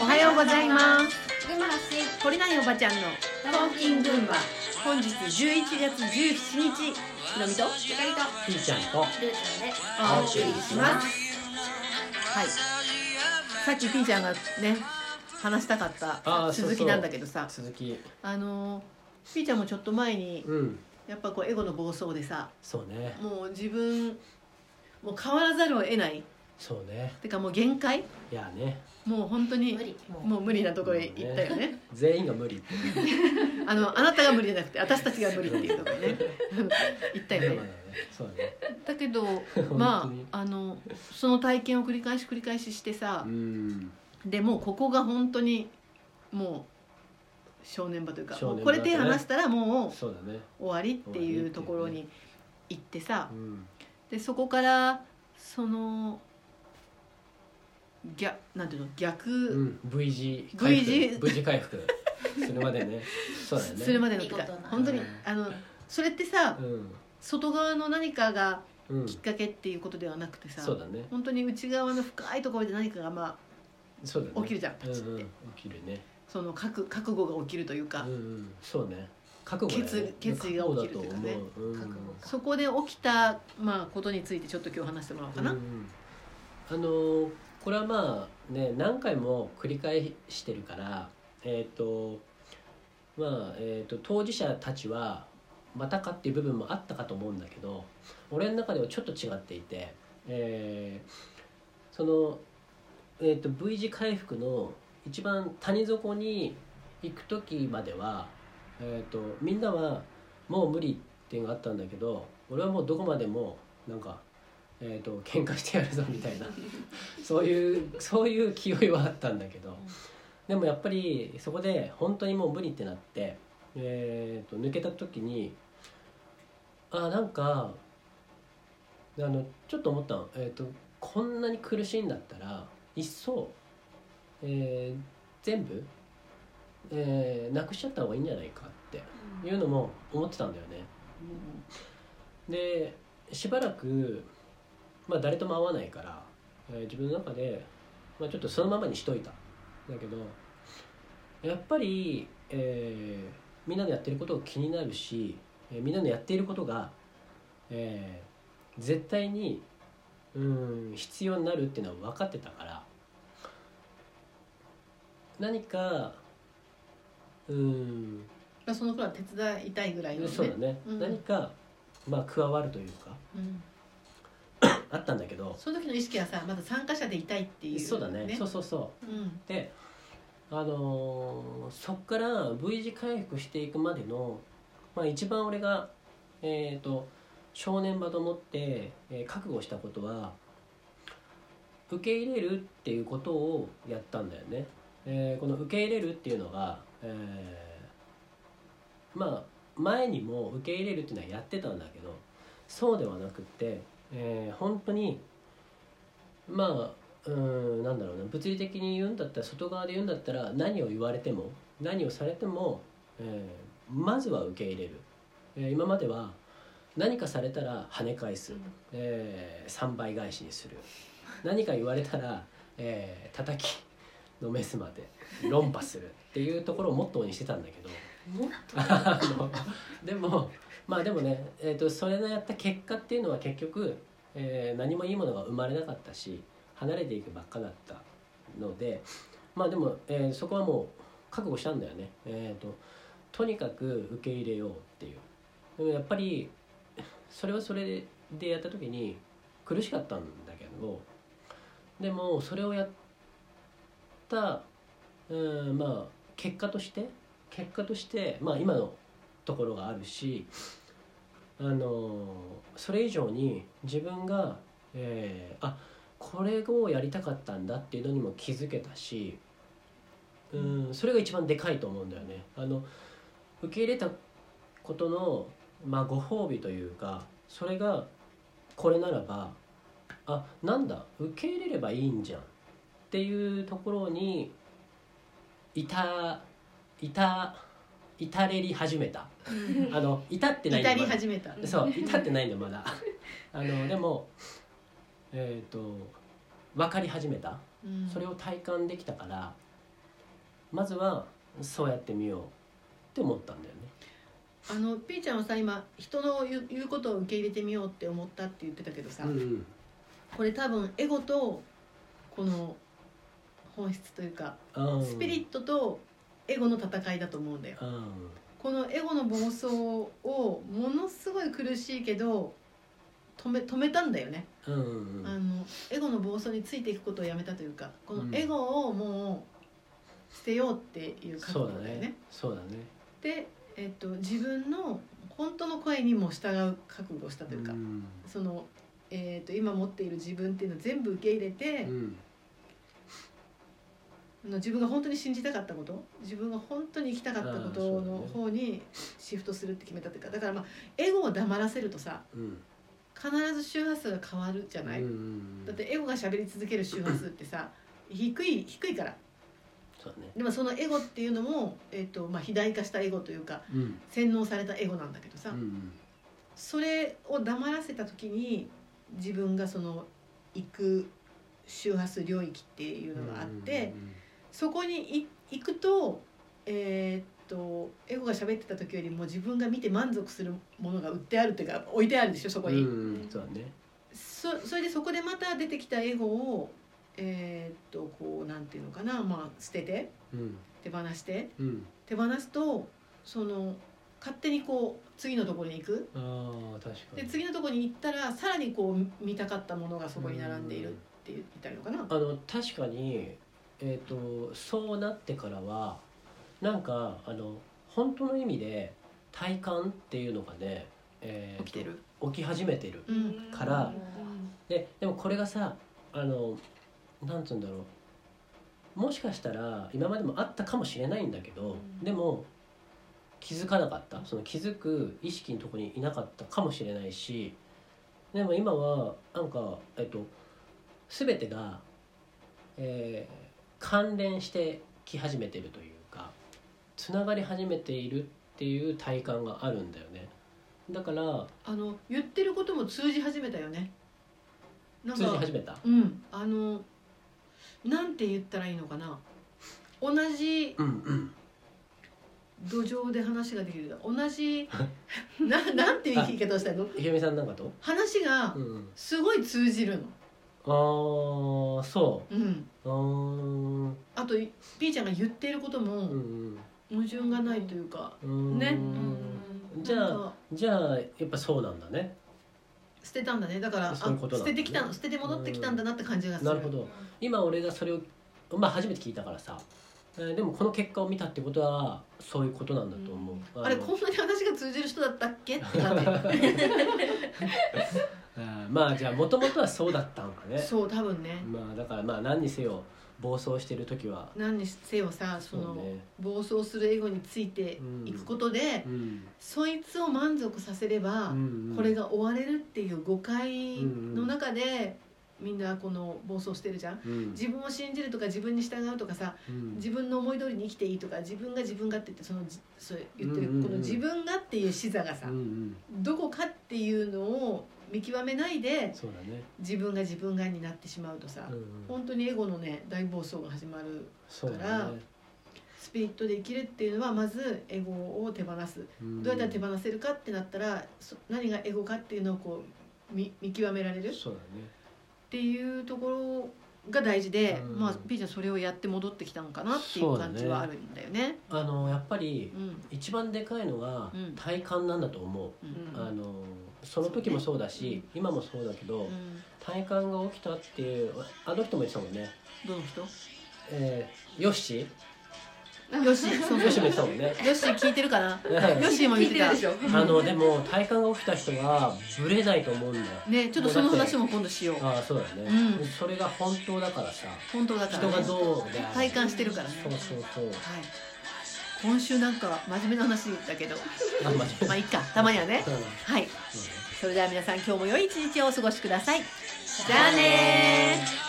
おはようございます群馬発信堀内おばちゃんのトーキングンマ本日11月17日ひろみとゆかりとピーちゃんとルーちゃんでおお送送りりししまますはいさっきピーちゃんがね話したかったあーそうそう続きなんだけどさあ続きのーピーちゃんもちょっと前にうんやっぱこうエゴの暴走でさそうねもう自分もう変わらざるを得ないそうねてかもう限界いやねもう本当に無理もうもう無理なところへ行ったよね全員が無理ってあのあなたが無理じゃなくて私たちが無理っていうところ ね行ったよねねそうねだけ ど当にまああのその体験を繰り返し繰り返ししてさう、んでもうここが本当にもう正念場というか、正もう念こ場だれね手離したらもそうだねう終わりっていうところ終わに行ってさうんでそこからその逆なんていうの逆、うん V 字回 V 字復 V 字回復するまでねそうだよねするまでのって見か事な本当にうんあのそれってさ、うん外側の何かがうんきっかけっていうことではなくてさ、そうだね本当に内側の深いところで何かがまそうだあね起きるじゃん、パチっうんうてん起きるねその覚覚悟が起きるというか、うんうんそうね覚悟だよね決決意が起きると覚いうか悟ねだと思ううん覚悟そこで起きた、まあ、ことについてちょっと今日話してもらおうかな、うんうんあのーこれはまあね何回も繰り返してるからえっ、とまあ、えー、と当事者たちはまたかっていう部分もあったかと思うんだけど俺の中ではちょっと違っていて、えーその、えー、と V 字回復の一番谷底に行く時までは、えー、とみんなはもう無理っていうのがあったんだけど俺はもうどこまでもなんかえー、と喧嘩してやるぞみたいな そういうそういう気負いはあったんだけどでもやっぱりそこで本当にもう無理ってなって、えー、と抜けた時にあなんかあのちょっと思ったの、えー、とこんなに苦しいんだったらいっそ、えー全部、えーなくしちゃった方がいいんじゃないかっていうのも思ってたんだよね。でしばらく、まあ、誰とも会わないから、えー自分の中で、まあ、ちょっとそのままにしといただけどやっぱり、えーみんなのやってることが気になるし、えーみんなのやっていることが、えー絶対にうん必要になるっていうのは分かってたから何かうんまあその頃は手伝いたいぐらいのねそうだね、うん何か、まあ、加わるというかうんあったんだけどその時の意識はさまず参加者でいたいっていう、そうだねそうそうそうんうであのーそっから V 字回復していくまでの、まあ、一番俺がえっ、と正念場と思って、えー覚悟したことは受け入れるっていうことをやったんだよね、えーこの受け入れるっていうのが、えーまあ前にも受け入れるっていうのはやってたんだけどそうではなくって、えー本当にまあうーんなんだろうな物理的に言うんだったら外側で言うんだったら何を言われても何をされても、えーまずは受け入れる、えー今までは何かされたら跳ね返す、えー3倍返しにする何か言われたら、えー叩きのめすまで論破するっていうところをモットーにしてたんだけどもっあのでもまあでもね、えー、とそれのやった結果っていうのは結局、えー何もいいものが生まれなかったし離れていくばっかだったのでまあでも、えーそこはもう覚悟したんだよね、えー、ととにかく受け入れようっていうでもやっぱりそれはそれでやった時に苦しかったんだけどでもそれをやったうんまあ結果として結果として、まあ、今のところがあるし、あのそれ以上に自分が、えーあこれをやりたかったんだっていうのにも気づけたしうんそれが一番でかいと思うんだよね。あの受け入れたことの、まあ、ご褒美というかそれがこれならばあなんだ受け入れればいいんじゃんっていうところにいたいた至れり始めたうんあの至ってないん至だりまだ始めたそう至ってないんだまだあのでもえっ、と分かり始めたうんそれを体感できたから、まずはそうやってみようって思ったんだよね。あのピーちゃんはさ今人の言う言うことを受け入れてみようって思ったって言ってたけどさ、うんこれ多分エゴとこの本質というかうん、スピリットとエゴの戦いだと思うんだよト、うん、このエゴの暴走をものすごい苦しいけど止め止めたんだよね、うんうんうあんのエゴの暴走についていくことをやめたというかこのうんエゴをもう捨てようっていう覚そ悟うだだよね。ねそうだねで、えっと、自分の本当の声にも従う覚悟をしたというか、うんその、えっと今持っている自分っていうのを全部受け入れて、うんあの自分が本当に信じたかったこと自分が本当に生きたかったことあーそうだのね方にシフトするって決めたというかだからまあエゴを黙らせるとさうん必ず周波数が変わるじゃない、うんうんだってエゴが喋り続ける周波数ってさ低い低いからそうだねでもそのエゴっていうのも、えっとまあ、肥大化したエゴというかうん洗脳されたエゴなんだけどさ、うんそれを黙らせた時に自分がその行く周波数領域っていうのがあって、そこにい行くとえーっとエゴが喋ってた時よりも自分が見て満足するものが売ってあるっていうか置いてあるでしょそこうんに、うんうんそうだねそそれでそこでまた出てきたエゴをえーっとこうなんていうのかな、まあ、捨ててうん手放してうん手放すとその勝手にこう次のところに行くああ確かにで次のとこに行ったらさらにこう見たかったものがそこに並んでいるって言ったらいいのかな。あの確かに、えー、とそうなってからはなんかあの本当の意味で体感っていうのがね、えーと起きてる。起き始めてるうん。からうんででもこれがさあのなんつうんだろうもしかしたら今までもあったかもしれないんだけど、うんでも気づかなかったその気づく意識のとこにいなかったかもしれないしでも今はなんか、えっと、全てが、えー関連してき始めてるというかつながり始めているっていう体感があるんだよね。だからあの言ってることも通じ始めたよね。なん通じか始めた。うんあのなんて言ったらいいのかな。同じうんうん土壌で話ができる。同 じななんていう言い方をしたいの。ひろみさんなんかと、話がうんうんすごい通じるの。ああそうん。ううーんあとピーちゃんが言っていることうもん矛盾がないというか。うんねうんじゃなんあかじゃあやっぱそうなんだね捨てたんだねだからあそういうことな捨んてだねてきたの捨てて戻ってきたんだなって感じがするなるほど今俺がそれをまあ初めて聞いたからさえーでもこの結果を見たってことはそういうことなんだと思う、うんあれのこんなに話が通じる人だったっけって感じあーまあじゃあもともとはそうだったんかねそう多分ねまあだからまあ何にせよ暴走してる時は何にせよさそのそうね暴走するエゴについていくことで、うん、そいつを満足させれば、うんうんこれが終われるっていう誤解うんうんの中で、みんなこの暴走してるじゃんうん自分を信じるとか自分に従うとかさうん自分の思い通りに生きていいとか自分が自分がって言ってそのじそう言ってる、うんうんうんこの自分がっていう視座がさ、うんうんどこかっていうのを見極めないでそうだね、自分が自分がになってしまうとさ、うんうん、本当にエゴのね大暴走が始まるそうかだらね、スピリットで生きるっていうのはまずエゴを手放すうんどうやったら手放せるかってなったらそ何がエゴかっていうのをこう見見極められるっそうだねていうところが大事で、うんまあ P ちゃんそれをやって戻ってきたのかなっていう感じはあるんだよね。あのやっぱりうん一番でかいのはうん体感なんだと思う、うんあのその時もそうだし今もそうだけど、うん体感が起きたっていうあの人も言ってたもんね、どの人えー、ヨッシよし、そうーそうヨッシーも言ってたもんねよし聞いてるかなうんよしも言ってた聞いてるでしょあのでも体感が起きた人はブレないと思うんだよねちょっとその話も今度しようああそうだね、うんそれが本当だからさ本当だから、人ね、がどうであ体る感してるからねそうそうそうはい今週なんか真面目な話だけどあままあいいかたまにはねそうだねはいそうだねそれでは皆さん今日も良い一日をお過ごしくださいじゃあねー